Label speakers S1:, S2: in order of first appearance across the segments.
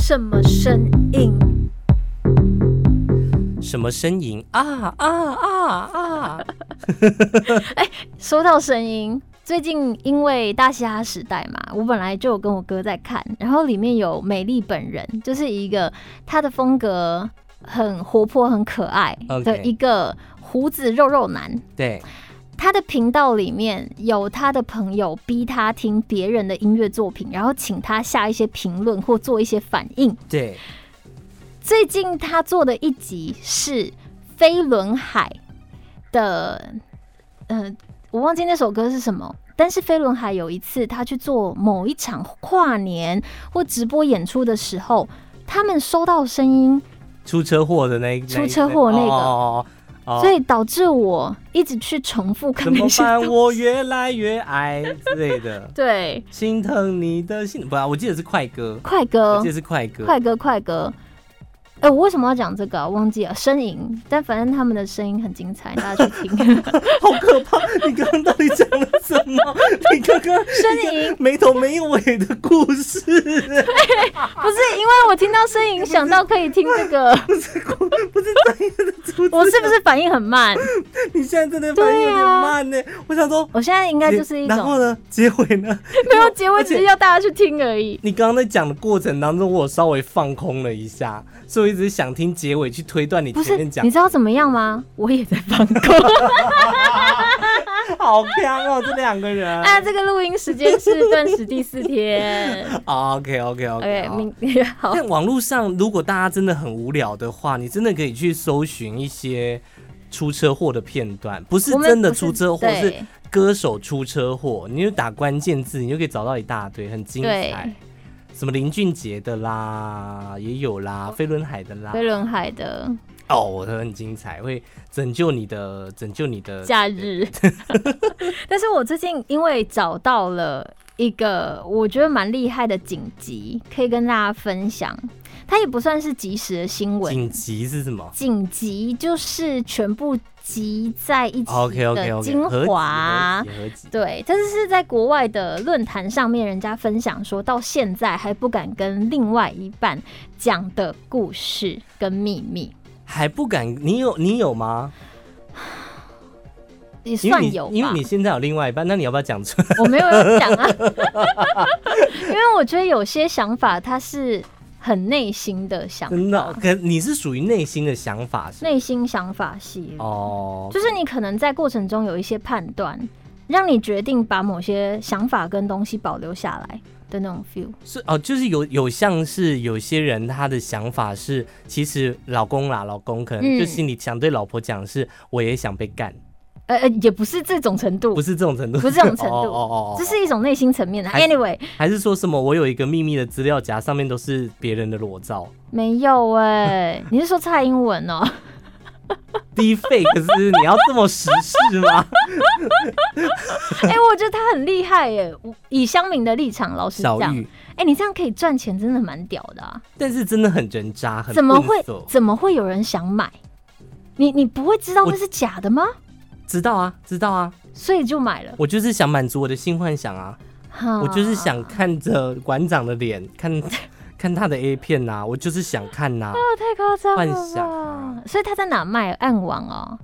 S1: 什么声音？
S2: 什么呻吟啊啊啊啊！
S1: 说到声音，最近因为《大嘻哈时代》嘛，我本来就有跟我哥在看，然后里面有美丽本人，就是一个她的风格很活泼、很可爱
S2: OK
S1: 的一个胡子肉肉男。
S2: 对，
S1: 他的频道里面有他的朋友逼他听别人的音乐作品，然后请他下一些评论或做一些反应。
S2: 对，
S1: 最近他做的一集是飞轮海的，呃，我忘记那首歌是什么。但是飞轮海有一次他去做某一场跨年或直播演出的时候，他们收到声音，
S2: 出车祸的那一
S1: 出车祸那个
S2: 哦哦哦，
S1: 所以导致我一直去重复看
S2: 怎么
S1: 那些
S2: 办？
S1: 东
S2: 我
S1: 西，
S2: 越来越矮之类的
S1: 对
S2: 心疼你的心，不啊，我记得是快歌，
S1: 快
S2: 我
S1: 歌
S2: 记得是快歌，
S1: 哦快歌，快歌。哎、我为什么要讲这个、啊？忘记了，呻吟。但反正他们的声音很精彩，大家去听。
S2: 好可怕！你刚刚到底讲了什 么？你刚刚
S1: 呻吟
S2: 没头没尾的故 事，
S1: 不是因为我听到呻吟，想到可以听这个，
S2: 不是故，不是专业的 主持。
S1: 我是不是反应很 慢？
S2: 你现在真的反应有点慢呢、我想说，
S1: 我现在应该就是一
S2: 然后
S1: 种
S2: 呢，结尾呢？
S1: 没有结尾，
S2: 而且
S1: 只是要大家去听而已。
S2: 你刚刚在讲的过程当中，我有稍微放空了一下，所以我一直想听结尾去推断你
S1: 不是，
S2: 前
S1: 你
S2: 面讲
S1: 知。道怎么样吗？我也在放空。
S2: 好香哦，这两个人。
S1: 哎、这个录音时间是断食第四 天。
S2: OK OK OK
S1: OK，。明哦 好。
S2: 但网络上，如果大家真的很无聊的话，你真的可以去搜寻一些出车祸的片段，不是
S1: 我们
S2: 真的
S1: 不是
S2: 出车祸，
S1: 对
S2: 是歌手出车祸，你就打关键字，你就可以找到一大堆，很精
S1: 对
S2: 彩。什么林俊杰的啦，也有啦，
S1: 哦
S2: 飞轮海的啦
S1: 飞，轮海的
S2: 哦，我的很精彩，会拯救你的，拯救你的
S1: 假日。 但是我最近因为找到了一个我觉得蛮厉害的紧急，可以跟大家分享。它也不算是及时的新闻，
S2: 紧急是什么
S1: 紧急就是全部集在一起
S2: ？OK OK
S1: 的
S2: OK，
S1: 精华
S2: 合。集合集合集，
S1: 对，但是是在国外的论坛上面，人家分享说到现在还不敢跟另外一半讲的故事跟秘密，
S2: 还不敢？你有你有吗？
S1: 也
S2: 因为
S1: 算
S2: 你
S1: 有吧。
S2: 因为你现在有另外一半，那你要不要讲 出来？
S1: 我没有要讲啊，因为我觉得有些想法它是很内心的想
S2: 真的哦，
S1: 法，
S2: 可你是属于内心的想法是吗
S1: 内心想法系列，
S2: 哦，
S1: 就是你可能在过程中有一些判断，让你决定把某些想法跟东西保留下来的那种 feel。
S2: 是哦，就是有有像是有些人他的想法是，其实老公啦，老公可能
S1: 嗯
S2: 就心里想对老婆讲是，我也想被干，
S1: 呃呃，也不是这种程度，
S2: 不是这种程度，
S1: 不是这种程度
S2: 哦哦哦哦，
S1: 这是一种内心层面的。啊
S2: 还是
S1: Anyway，
S2: 还是说什么我有一个秘密的资料夹，上面都是别人的裸照，
S1: 没有哎、 你是说蔡英文哦、
S2: 低费，可是你要这么实事 吗？
S1: 哎、我觉得他很厉害耶、我以乡民的立场，老实
S2: 小
S1: 讲，
S2: 玉，
S1: 哎、你这样可以赚钱，真的蛮屌的啊。
S2: 但是真的很人渣，很
S1: 怎么会
S2: 笨手
S1: 怎么会有人想买？你你不会知道
S2: 我
S1: 那是假的吗？
S2: 知道啊，知道啊，
S1: 所以就买了。
S2: 我就是想满足我的性幻想啊。
S1: 哈
S2: 我就是想看着馆长的脸， 看看他的 A 片呐、我就是想看呐、
S1: 啊，太夸张了
S2: 幻想啊
S1: 吧！所以他在哪卖？暗网哦。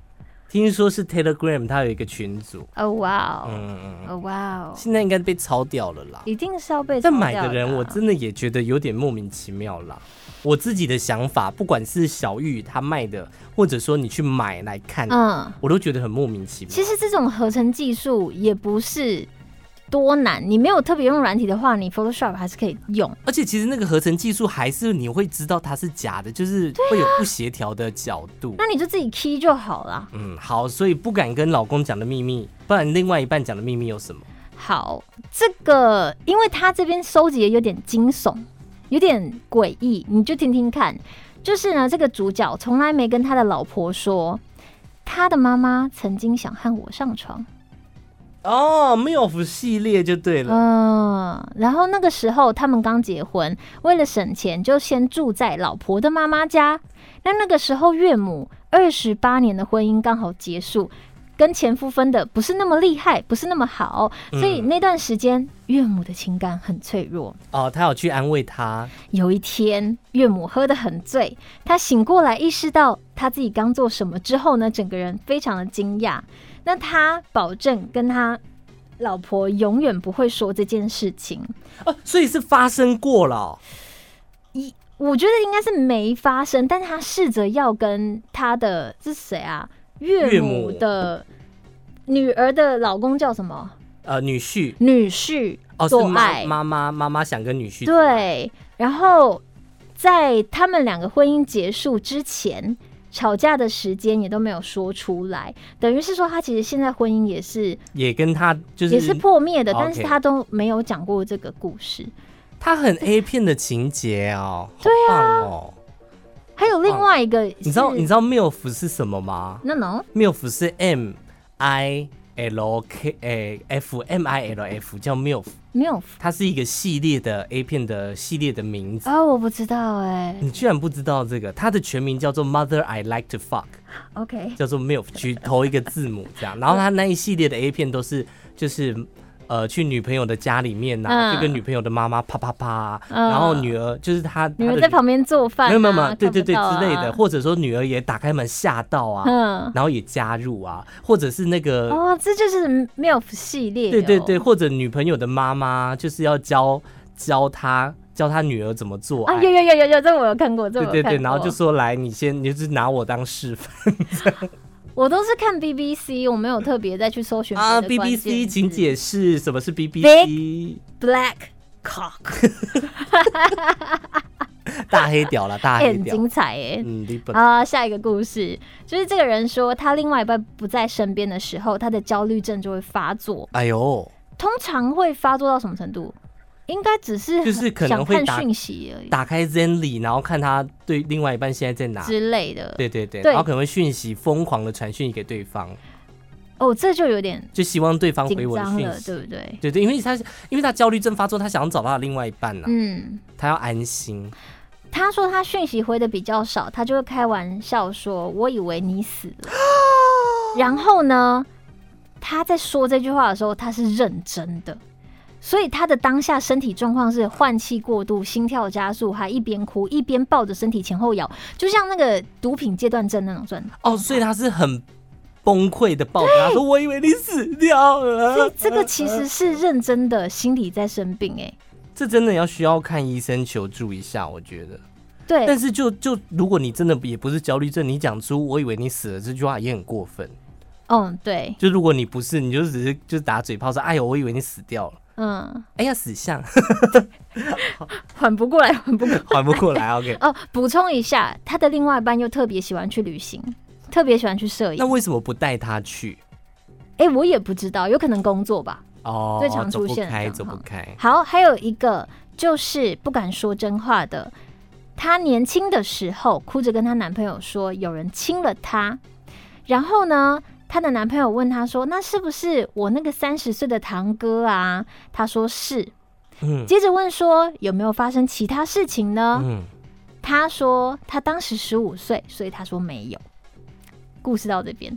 S2: 听说是 Telegram 它有一个群组，
S1: 哦哇哦，
S2: 嗯嗯嗯，
S1: 哦哇哦，
S2: 现在应该被抄掉了啦。
S1: 一定是要被
S2: 但
S1: 抄
S2: 买
S1: 掉
S2: 的人，
S1: 啊
S2: 我真的也觉得有点莫名其妙啦。我自己的想法，不管是小玉他卖的，或者说你去买来看，
S1: 嗯，
S2: 我都觉得很莫名其妙。
S1: 其实这种合成技术也不是多难，你没有特别用软体的话，你 Photoshop 还是可以用。
S2: 而且其实那个合成技术还是你会知道它是假的，就是
S1: 啊
S2: 会有不协调的角度。
S1: 那你就自己 key 就好啦。
S2: 嗯，好，所以不敢跟老公讲的秘密，不然另外一半讲的秘密有什么？
S1: 好，这个因为他这边收集的有点惊悚，有点诡异，你就听听看。就是呢，这个主角从来没跟他的老婆说，他的妈妈曾经想和我上床。
S2: 哦，MILF 系列就对了。
S1: 嗯，然后那个时候他们刚结婚，为了省钱，就先住在老婆的妈妈家。那那个时候岳母二十八年的婚姻刚好结束，跟前夫分的不是那么厉害，不是那么好，所以
S2: 嗯
S1: 那段时间岳母的情感很脆弱。
S2: 哦，他有去安慰他，
S1: 有一天，岳母喝得很醉，她醒过来，意识到她自己刚做什么之后呢，整个人非常的惊讶。那她保证跟她老婆永远不会说这件事情。
S2: 哦，所以是发生过了哦、
S1: 我觉得应该是没发生，但是她试着要跟她的这是谁啊？岳
S2: 岳
S1: 母
S2: 母
S1: 的女儿的老公叫什么？
S2: 呃，女婿
S1: 女婿
S2: 哦，是
S1: 做
S2: 妈
S1: 爱。
S2: 妈妈妈妈想跟女婿做爱，
S1: 对，然后在他们两个婚姻结束之前，吵架的时间也都没有说出来，等于是说他其实现在婚姻也是、
S2: 也跟他就是哦
S1: 也是破灭的，
S2: OK
S1: 但是他都没有讲过这个故事。
S2: 他很 A 片的情节哦，对啊，哦，
S1: 还有另外一个是，
S2: 你知道你知道 MILF 是什么吗
S1: 那能
S2: ？MILF 是 M I L K 诶 F M I L F 叫 MILF，
S1: 没有
S2: 它是一个系列的 A 片的系列的名字。
S1: 啊、我不知道哎、
S2: 你居然不知道这个？它的全名叫做 Mother I Like to Fuck，
S1: OK，
S2: 叫做 MILF，取头一个字母 这样。然后它那一系列的 A 片都是就是呃去女朋友的家里面呐、
S1: 嗯
S2: 就跟女朋友的妈妈啪啪啪啊，
S1: 嗯
S2: 然后女儿就是她，
S1: 你
S2: 她
S1: 们
S2: 的
S1: 在旁边做饭、啊，
S2: 没有没有没有，对
S1: 看
S2: 对
S1: 不
S2: 对
S1: 到
S2: 之类
S1: 啊
S2: 的，或者说女儿也打开门吓到啊，
S1: 嗯，
S2: 然后也加入啊，或者是那个、
S1: 哦，这就是 MILF 系列、哦啊
S2: 对对对，，或者女朋友的妈妈就是要教教她教她女儿怎么做爱。
S1: 啊，有有有有有，这我有看过，这我
S2: 对
S1: 有
S2: 哎对
S1: 看
S2: 对，然后
S1: 过
S2: 就说来，你先，你就是拿我当 示范
S1: 我都是看 BBC，我没有特别再去搜寻别
S2: 啊。
S1: 的关键字
S2: BBC，请解释什么是
S1: Big
S2: BBC？
S1: Black Cock，
S2: 大黑屌了，大
S1: 哎
S2: 黑
S1: 很
S2: 屌。
S1: 精彩哎、
S2: 嗯，你本
S1: 好啊，下一个故事就是这个人说，他另外一半不在身边的时候，他的焦虑症就会发作，
S2: 哎呦，
S1: 通常会发作到什么程度？应该只是
S2: 就是可能
S1: 想
S2: 会
S1: 看
S2: 打
S1: 讯息而已
S2: 打开 Zenly，然后看他对另外一半现在在哪。
S1: 之类的。
S2: 对对对，
S1: 对
S2: 然后可能会讯息疯狂的传讯给对方，
S1: 哦，这就有点
S2: 就希望对方回
S1: 紧
S2: 我的
S1: 张
S2: 讯
S1: 了，
S2: 息。
S1: 对不对？
S2: 对对，因为他因为他焦虑症发作，他想要找到他另外一半呐、
S1: 嗯，
S2: 他要安心。
S1: 他说他讯息回的比较少，他就会开玩笑说：“我以为你死 了。”然后呢，他在说这句话的时候，他是认真的，所以他的当下身体状况是换气过度、心跳加速，还一边哭一边抱着身体前后摇，就像那个毒品戒断症那种状态。
S2: 哦，所以他是很崩溃的抱着他说：“我以为你死掉
S1: 所
S2: 了
S1: 以。”哎这个其实是认真的心理在生病、欸，
S2: 这真的要需要看医生求助一下，我觉得。
S1: 对，
S2: 但是就就如果你真的也不是焦虑症，你讲出“我以为你死了”这句话也很过分。
S1: 嗯，对，
S2: 就如果你不是，你就只是就是打嘴炮说：“哎呦，我以为你死掉了。
S1: 嗯，”
S2: 哎呀，死相
S1: 缓不过来，缓不过来。
S2: 缓不过来。OK，
S1: 哦，补充一下，他的另外一半又特别喜欢去旅行，特别喜欢去摄影
S2: 那。为什么不带他去？
S1: 哎、我也不知道，有可能工作吧。
S2: 哦，
S1: 最常
S2: 走
S1: 出
S2: 不
S1: 现的
S2: 开，
S1: 状
S2: 走不
S1: 况
S2: 开。
S1: 好，还有一个就是不敢说真话的。她年轻的时候哭着跟她男朋友说有人亲了她，然后呢，她的男朋友问她说：“那是不是我那个三十岁的堂哥啊？”她说是。
S2: 嗯
S1: 接着问说有没有发生其他事情呢？
S2: 嗯，
S1: 她说她当时十五岁，所以她说没有。故事到这边，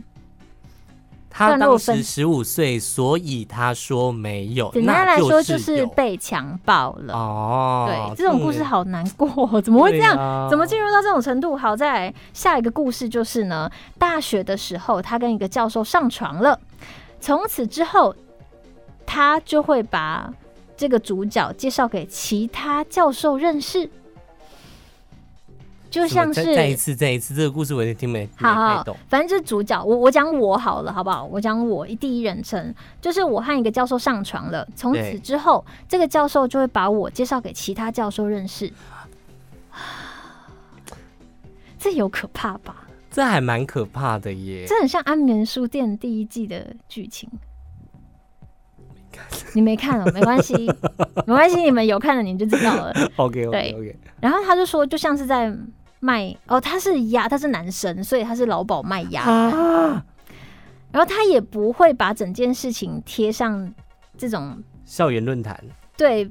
S2: 他
S1: 段落
S2: 当
S1: 分
S2: 时十五岁，所以他说没有。
S1: 简单来
S2: 哦那
S1: 说
S2: 就
S1: 就是
S2: 有
S1: 被强暴了。
S2: 哦啊
S1: 对，，这种故事好难过哦、怎么会这样？怎么进入到这种程度？好，再来下一个故事就是呢，大学的时候他跟一个教授上床了，从此之后他就会把这个主角介绍给其他教授认识，就
S2: 就
S1: 像
S2: 再再一
S1: 是。
S2: 次再一次，这个故事我也听没没
S1: 好
S2: 太
S1: 好
S2: 懂。，
S1: 反正就是主角，我我讲我好了，好不好？我讲我第一人称，就是我和一个教授上床了，从此
S2: 对
S1: 之后，这个教授就会把我介绍给其他教授认识，这有可怕吧？
S2: 这还蛮可怕的耶。
S1: 这很像《安眠书店》第一季的剧情。你没看哦，没关 系，没关系，你们有看了你们就知道了。
S2: OK
S1: 对
S2: OK OK，
S1: 然后他就说，就像是在卖哦，他是鸭，他是男神，所以他是劳保卖鸭。
S2: 啊，
S1: 然后他也不会把整件事情贴上这种
S2: 校园论坛
S1: 对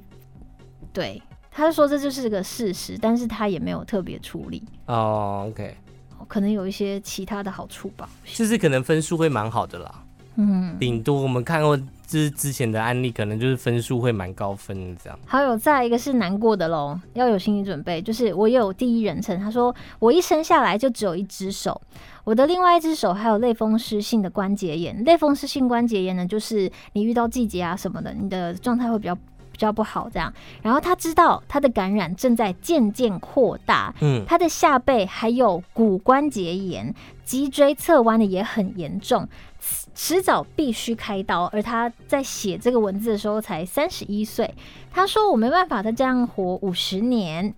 S1: 对，他就说这就是个事实，但是他也没有特别处理。
S2: 哦，OK，
S1: 好可能有一些其他的好处吧。
S2: 就是可能分数会蛮好的啦。
S1: 嗯，
S2: 顶多我们看过就是之前的案例，可能就是分数会蛮高分的这样。
S1: 还有再一个是难过的喽，要有心理准备。就是我也有第一人称，他说我一生下来就只有一只手，我的另外一只手还有类风湿性的关节炎。类风湿性关节炎呢，就是你遇到季节啊什么的，你的状态会比较。比较不好这样，然后他知道他的感染正在渐渐扩大，
S2: 嗯，
S1: 他的下背还有骨关节炎、脊椎侧弯的也很严重，迟迟早必须开刀。而他在写这个文字的时候才三十一岁，他说：“我没办法再这样活五十年，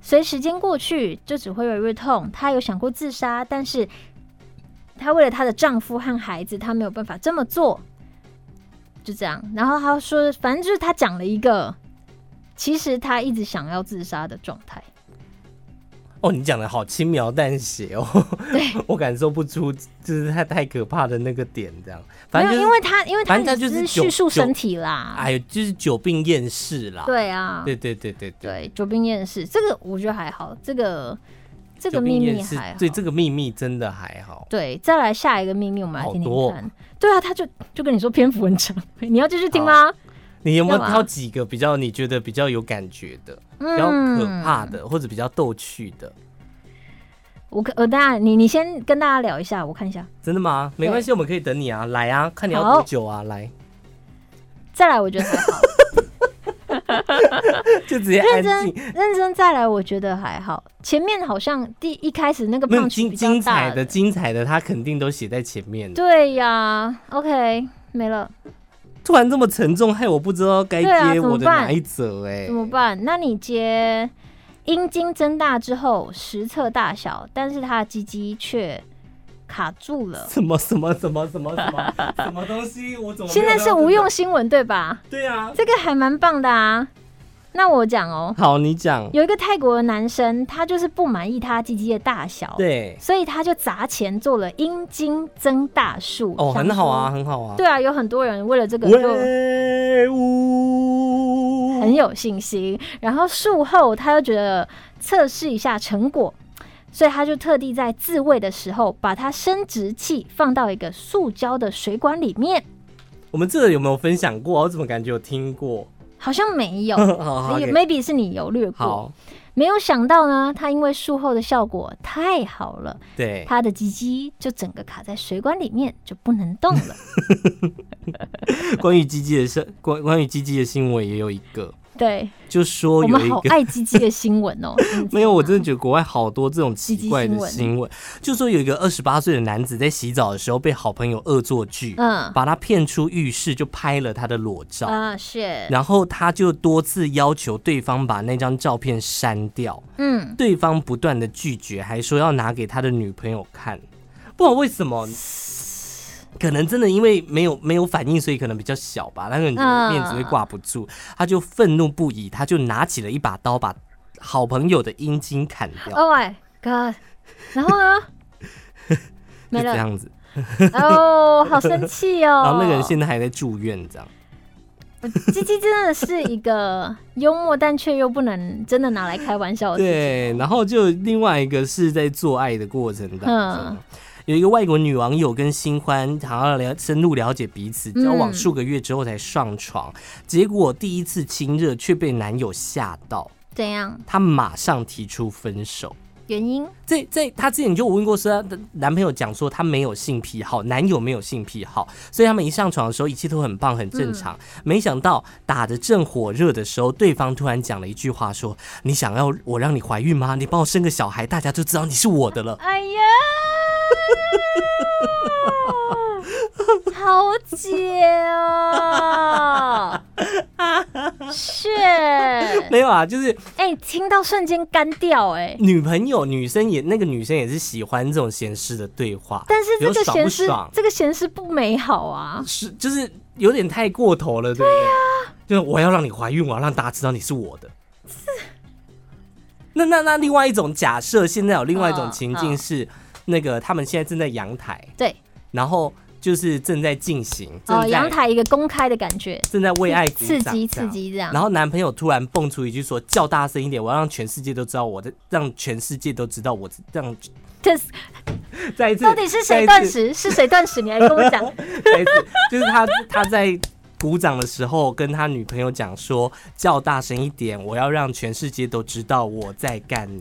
S1: 随时间过去就只会越来越痛。”他有想过自杀，但是她为了她的丈夫和孩子，她没有办法这么做。就这样，然后他说，反正就是他讲了一个，其实他一直想要自杀的状态。
S2: 哦，你讲的好轻描淡写哦， 我感受不出就是太太可怕的那个点这样。反正
S1: 没有，因
S2: 就是
S1: 为他因为他
S2: 反正他就
S1: 只
S2: 是久
S1: 叙述
S2: 久
S1: 身体啦，
S2: 哎呦，就是久病厌世啦。
S1: 对啊，
S2: 对对对对对，
S1: 对，久病厌世，这个我觉得还好，这个这个
S2: 久病
S1: 秘密
S2: 厌世
S1: 还好，
S2: 对这个秘密真的还好。
S1: 对，再来下一个秘密，我们来
S2: 好
S1: 听听
S2: 多哦
S1: 看。对啊，他就就跟你说篇幅很长，你要继续听吗？
S2: 你有没有
S1: 干嘛
S2: 挑几个比较你觉得比较有感觉的、比较
S1: 嗯
S2: 可怕的，或者比较逗趣的？
S1: 我可我呃当然，你你先跟大家聊一下，我看一下。
S2: 真的吗？没关系，我们可以等你啊，来啊，看你要
S1: 好
S2: 多久啊，来，
S1: 再来，我觉得还好，
S2: 就直接 安
S1: 认真
S2: 静。
S1: 认真再来，我觉得还好。前面好像第一开始那个
S2: 没有
S1: 胖曲
S2: 精
S1: 比较
S2: 精
S1: 大
S2: 彩的，精彩的，他肯定都写在前面的。
S1: 对呀，OK，没了。
S2: 突然这么沉重，害我不知道该
S1: 对啊
S2: 接
S1: 怎么
S2: 我的
S1: 办
S2: 哪一则哎、
S1: 怎么办？那你接阴茎增大之后实测大小，但是它的鸡鸡却卡住了。
S2: 什么什么什么什么什么什么东西？我怎么
S1: 现
S2: 没有
S1: 在
S2: 料
S1: 是
S2: 到
S1: 无
S2: 这
S1: 用
S2: 个？
S1: 新闻对吧？
S2: 对啊。
S1: 这个还蛮棒的啊。那我讲哦，
S2: 好，你讲。
S1: 有一个泰国的男生，他就是不满意他鸡鸡的大小，
S2: 对，
S1: 所以他就砸钱做了阴茎增大术。
S2: 哦，
S1: 想
S2: 很好啊，
S1: 说。
S2: 很好啊。
S1: 对啊，有很多人为了这个就
S2: 威武。
S1: 很有信心，然后术后他又觉得测试一下成果。所以他就特地在自慰的时候，把他生殖器放到一个塑胶的水管里面，
S2: 我们这个有没有分享过啊？我怎么感觉有听过？
S1: 好像没 有，
S2: 好好
S1: 也
S2: 哦，OK，
S1: maybe 是你有略过。
S2: 好，
S1: 没有想到呢，他因为术后的效果太好了，
S2: 对，
S1: 他的鸡鸡就整个卡在水管里面，就不能动 了。
S2: 关于鸡鸡的事，关关于鸡鸡的新闻也有一个，
S1: 对
S2: 就说
S1: 我
S2: 有
S1: 们
S2: 一
S1: 好
S2: 个。
S1: 爱鸡鸡的新闻哦，你知道 吗
S2: 没有，我真的觉得国外好多这种
S1: 鸡鸡
S2: 奇怪的
S1: 新闻
S2: 新闻，就说有一个二十八岁的男子在洗澡的时候被好朋友恶作剧，
S1: 嗯
S2: 把他骗出浴室就拍了他的裸照，
S1: 啊是，
S2: 然后他就多次要求对方把那张照片删掉，
S1: 嗯，
S2: 对方不断的拒绝，还说要拿给他的女朋友看，不知道为什么。可能真的因为没有没有反应，所以可能比较小吧，那个
S1: 嗯
S2: 女的面子会挂不住，他就愤怒不已，他就拿起了一把刀，把好朋友的阴茎砍掉，
S1: Oh my god！然后呢？
S2: 就
S1: 没
S2: 这
S1: 了
S2: 样子。
S1: 哦，好生气哦。
S2: 然后那个人现在还在住院，这样。
S1: 鸡鸡真的是一个幽默，但却又不能真的拿来开玩笑的事。
S2: 对，然后就另外一个是在做爱的过程当中
S1: 嗯，
S2: 有一个外国女网友跟新欢想要了深入了解彼此，交往
S1: 嗯
S2: 数个月之后才上床，结果第一次亲热却被男友吓到，
S1: 怎样？
S2: 她马上提出分手。
S1: 原因？
S2: 在在她之前就问过，说她的男朋友讲说她没有性癖好，男友没有性癖好，所以他们一上床的时候一切都很棒很
S1: 嗯
S2: 正常。没想到打得正火热的时候，对方突然讲了一句话说：“你想要我让你怀孕吗？你帮我生个小孩，大家就知道你是我的了。
S1: 哎呀， 好解 哦！是，”
S2: 没有啊，就是
S1: 哎，听到瞬间干掉哎、
S2: 女朋友女生也那个女生也是喜欢这种闲适的对话，
S1: 但是这
S2: 有
S1: 个
S2: 爽不
S1: 闲事
S2: 爽，
S1: 这个闲事不美好啊。
S2: 是就是有点太过头了，对不对？就是我要让你怀孕，我要让大家知道你是我的。那那那另外一种假设，现在有另外一种
S1: 嗯
S2: 情境
S1: 嗯
S2: 是，那个他们现在正在阳台，
S1: 对，
S2: 然后就是正在进行，
S1: 哦，
S2: 正在、
S1: 阳台一个公开的感觉，
S2: 正在为爱鼓
S1: 刺
S2: 掌
S1: 激
S2: 这
S1: 刺
S2: 样。
S1: 激这样。
S2: 然后男朋友突然蹦出一句说：“叫大声一点，我要让全世界都知道我的，让全世界都知道我的，让
S1: 这是
S2: 再一次，
S1: 到底是谁
S2: 再
S1: 断
S2: 一次？
S1: 食？是谁断食？你还跟我 讲，
S2: 再一次，就是他他在鼓掌的时候跟他女朋友讲说，叫大声一点，我要让全世界都知道我在干你。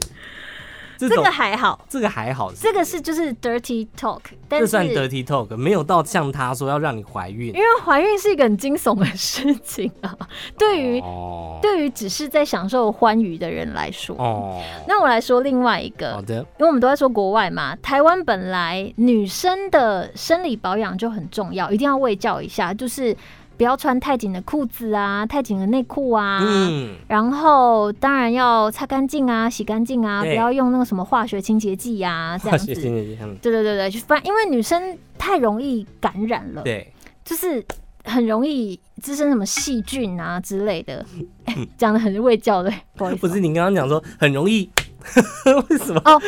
S2: 这
S1: 这
S2: 种
S1: 个还好，
S2: 这个还好，
S1: 这个是就是 dirty talk，但
S2: 这
S1: 是
S2: 算 dirty talk，没有到像他说要让你怀孕
S1: 因。为怀孕是一个很惊悚的事情啊，对于
S2: 哦
S1: 对于只是在享受欢愉的人来说。
S2: 哦，
S1: 那我来说另外一个
S2: 好，的，
S1: 因为我们都在说国外嘛，台湾本来女生的生理保养就很重要，一定要喂教一下，就是不要穿太紧的裤子啊、太紧的内裤啊。
S2: 嗯，
S1: 然后当然要擦干净啊、洗干净啊，不
S2: 对
S1: 要用那个什么化学清洁剂 啊，这
S2: 化
S1: 样
S2: 学
S1: 子。
S2: 性也很
S1: 对对对对，就反因为女生太容易感染了，
S2: 对，
S1: 就是很容易滋生什么细菌啊之类 的。 哎讲的很卫教的，不好意思
S2: 不
S1: 哦。
S2: 是你刚刚讲说很容易。 为什么
S1: 哦，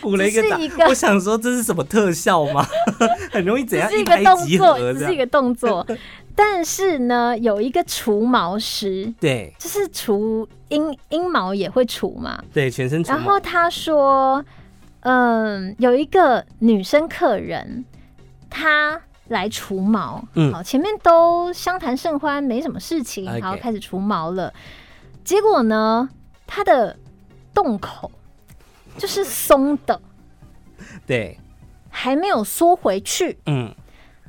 S2: 鼓了一个
S1: 这是
S2: 掌
S1: 一个
S2: 我想说这是什么特效吗？ 很容易
S1: 只
S2: 怎样
S1: 是一个
S2: 拍
S1: 动
S2: 即
S1: 作，
S2: 合
S1: 只
S2: 这
S1: 是一
S2: 样？
S1: 个动 作。但是呢，有一个除毛师，
S2: 对
S1: 就是除阴阴毛也会除嘛。
S2: 对，全身除
S1: 然
S2: 毛
S1: 后他说，嗯，有一个女生客人，她来除毛，
S2: 嗯
S1: 好，前面都相谈甚欢，没什么事情，
S2: OK
S1: 然后开始除毛了。结果呢，她的洞口就是松的，
S2: 对，
S1: 还没有缩回去。
S2: 嗯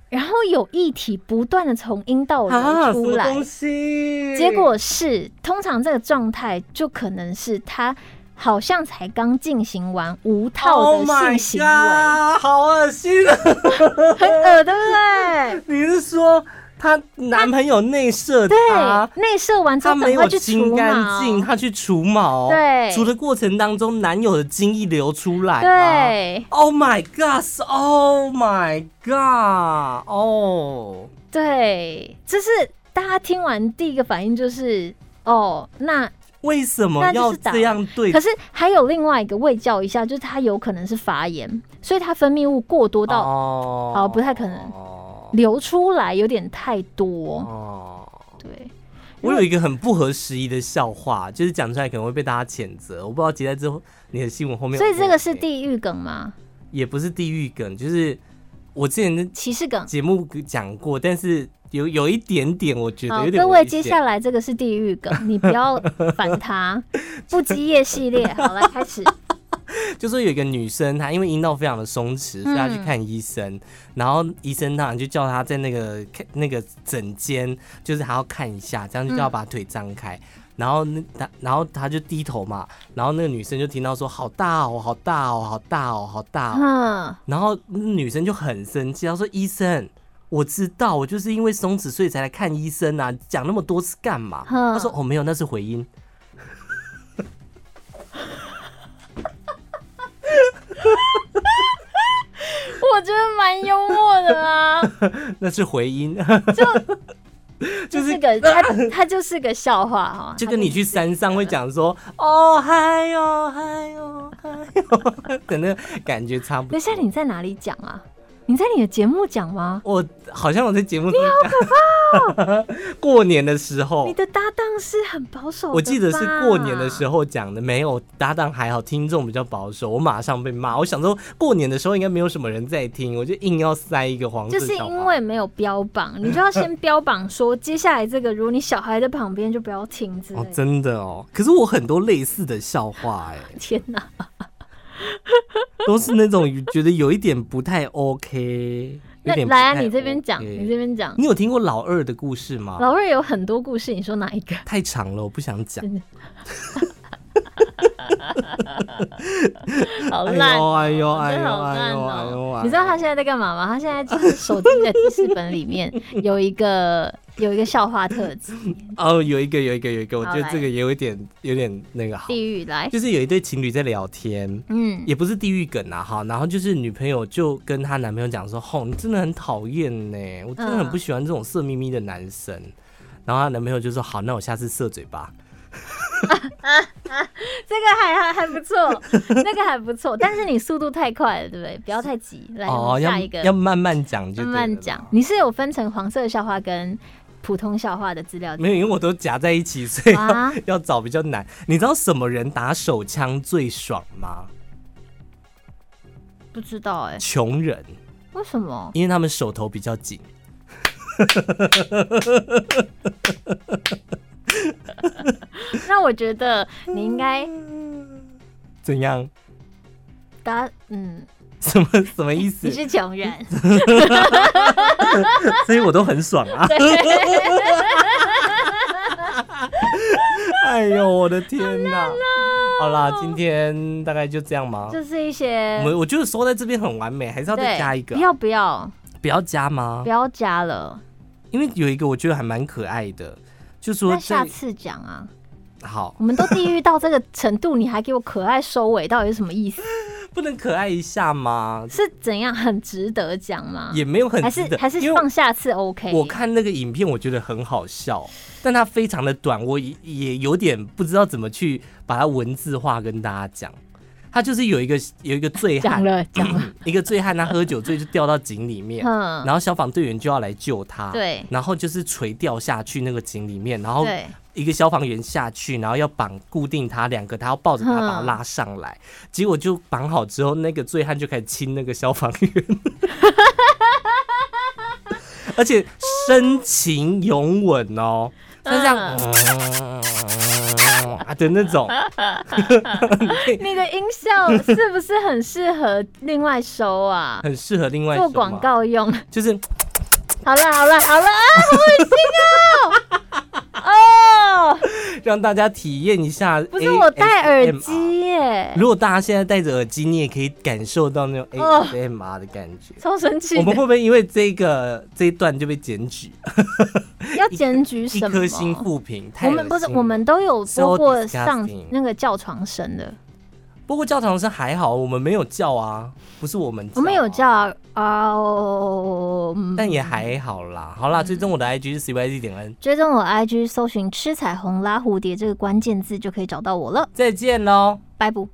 S1: 然后有液体不断的从阴道
S2: 啊，
S1: 流
S2: 什
S1: 出
S2: 么
S1: 来，
S2: 东西？
S1: 结果是通常这个状态就可能是他好像才刚进行完无套
S2: Oh
S1: 的
S2: my
S1: 性
S2: god，
S1: 行为
S2: 好恶心啊！
S1: 很恶，对不对？
S2: 你是说她男朋友内射她？
S1: 对，内射完之
S2: 她
S1: 后
S2: 没
S1: 赶
S2: 有
S1: 快去
S2: 清
S1: 除
S2: 干净，
S1: 毛，
S2: 她去除毛。
S1: 对
S2: 除的过程当中，男友的精液流出来。。
S1: 对
S2: Oh my god! Oh my god! 哦、
S1: 对，就是大家听完第一个反应就是哦，那
S2: 为什么
S1: 那就
S2: 要
S1: 是打
S2: 这样对
S1: 可是还有另外一个未教一下，就是他有可能是发炎，所以他分泌物过多到
S2: 哦
S1: 哦不太可能
S2: 哦
S1: 流出来有点太多，
S2: 哦
S1: 对。
S2: 我有一个很不合时宜的笑话，就是讲出来可能会被大家谴责。我不知道截在之后你的新闻后面
S1: 所
S2: 有没有，
S1: 以这个是地狱梗吗？
S2: 也不是地狱梗，就是我之前的
S1: 歧视梗。
S2: 节目讲过，但是有有一点点，我觉得
S1: 好，
S2: 有点
S1: 各位，
S2: 危
S1: 接
S2: 险
S1: 下来这个是地狱 梗，你不要反他。不羁夜系列，好来开始。
S2: 就说有一个女生，她因为阴道非常的松弛，所以她去看医生，然后医生当然就叫她在那个看那个诊间，就是还要看一下，这样就叫她把腿张开。然后那她，然后她就低头嘛，然后那个女生就听到说好大哦，好大哦，好大哦，好大哦。
S1: 嗯，
S2: 然后那女生就很生气，她说医生。我知道，我就是因为松弛，所以才来看医生啊！讲那么多次干嘛？
S1: 哼
S2: 她说哦，没有，那是回音。
S1: 我觉得蛮幽默的啊，
S2: 那是回音，
S1: 就
S2: 就是
S1: 是 个他，他就是个笑话哈。
S2: 就跟你去山上会讲说哦嗨哟嗨哟嗨哟的那个感觉差
S1: 等
S2: 不多
S1: 一。下你在哪里讲啊？你在你的节目讲吗？
S2: 我好像我在节目中讲， 过年的时
S1: 哦你
S2: 候，
S1: 的搭档是很保守，
S2: 哦我记得是过年的时
S1: 候。
S2: 候讲的，没有搭档还好，听众比较保守，我马上被骂。我想说过年的时候应该没有什么人在听，我就硬要塞一个黄色
S1: 就
S2: 笑
S1: 是
S2: 话
S1: 因为没有标榜，你就要先标榜说， 接下来这个，如果你小孩在旁边，就不要听之类
S2: 哦
S1: 的。
S2: 真的哦，可是我很多类似的笑话哎、
S1: 天哪！
S2: 都是那种觉得有一点不太 OK。有
S1: 那
S2: 点不
S1: 来啊，
S2: 太
S1: 你这边讲，
S2: OK
S1: 你这边讲。
S2: 你有听过老二的故事吗？
S1: 老二有很多故事，你说哪一个？
S2: 太长了，我不想讲。
S1: 好
S2: 哎
S1: 烂
S2: 呦
S1: 哦、
S2: 哎呦哎
S1: 真的
S2: 呦
S1: 好
S2: 哎
S1: 烂
S2: 呦
S1: 哦、
S2: 哎呦！哎呦
S1: 你知道他现在在干嘛吗？他现在就是手机的记事本里 面有一个有一个笑话特辑，
S2: 哦，有一个有一个有一个，我
S1: 好
S2: 觉得
S1: 来
S2: 这个有一点有点那个好，
S1: 地狱来，
S2: 就是有一对情侣在聊天。
S1: 嗯，
S2: 也不是地狱梗啊，哈，然后就是女朋友就跟她男朋友讲说，吼、你真的很讨厌呢，我真的很不喜欢这种色眯眯的男生。
S1: 嗯
S2: 然后她男朋友就说，好，那我下次射嘴巴。
S1: 这个还还还不错，那个还不错，但是你速度太快了，对不对？不要太急，来，我
S2: 哦，
S1: 们
S2: 要
S1: 下一个
S2: 要慢慢讲就
S1: 慢
S2: 对
S1: 慢
S2: 了
S1: 讲
S2: 啦。。
S1: 你是有分成黄色笑话跟普通笑话的资 料
S2: 没有，因为我都夹在一起，所以要
S1: 哇
S2: 要找比较难。你知道什么人打手枪最爽吗？
S1: 不知道哎、
S2: 穷人，
S1: 为什么？
S2: 因为他们手头比较紧。
S1: 那我觉得你应该
S2: 怎样？
S1: 答，嗯，
S2: 什么 什么意思
S1: 你？是穷 人，
S2: 所以我都很爽啊！ 哎呦，我的天哪！好啦，今天大概就这样吗？
S1: 哦就是一些
S2: 我们我觉得说在这边很完美，还是要再
S1: 对，
S2: 加一个啊
S1: 不，要不要
S2: 不要加吗
S1: 不？要加了，
S2: 因为有一个我觉得还蛮可爱的，就说
S1: 那下
S2: 这
S1: 次讲啊。
S2: 好
S1: 我们都地狱到这个程度，你还给我可爱收尾，到底是什么意 思？
S2: 不能可爱一下吗？
S1: 是怎样很值得讲吗？
S2: 也没有很
S1: 还
S2: 值
S1: 是
S2: 得，
S1: 还是
S2: 因为
S1: 放下次 OK？
S2: 我看那个影片，我觉得很好笑，但它非常的短，我也也有点不知道怎么去把它文字化跟大家讲。他就是有一个有一个醉汉
S1: 讲，
S2: 嗯
S1: 了讲了，
S2: 一个醉汉，他喝酒醉就掉到井里面，
S1: 嗯，
S2: 然后消防队员就要来救他，
S1: 对
S2: 然后就是垂掉下去那个井里面，然后
S1: 对，
S2: 一个消防员下去，然后要绑固定他，两个他要抱着他
S1: 嗯
S2: 把他拉上来，结果就绑好之后，那个醉汉就开始亲那个消防 员，而且深情拥吻哦，像这样、嗯啊的那种，哎
S1: 你的音效是不是很适合另外收啊？
S2: 很适合另外一
S1: 做
S2: 种
S1: 广
S2: 嘛，
S1: 告用。
S2: 就是
S1: 好了好了好了啊，好恶心哦！哦，
S2: 让大家体验一下 ASMR。
S1: 不是我戴耳机耶，
S2: 啊如果大家现在戴着耳机，你也可以感受到那种
S1: 哦
S2: ASMR 啊的感觉。
S1: 超神奇
S2: 我们
S1: 的。
S2: 会不会因为这个这一段就被检举？
S1: 要检举
S2: 一
S1: 什么
S2: 颗？星负评，太
S1: 我
S2: 恶心
S1: 们不是，
S2: 了
S1: 我们都有
S2: So
S1: 播过上
S2: disgusting
S1: 那个叫床神的，
S2: 不过教堂生还好，我们没有叫啊，不是我们、
S1: 我们有，叫啊哦，嗯
S2: 但也还好啦。好啦，最终我的 IG 是 cyz 点 n，
S1: 追踪我 IG 搜寻“吃彩虹拉蝴蝶”这个关键字就可以找到我了，
S2: 再见喽。
S1: 拜不。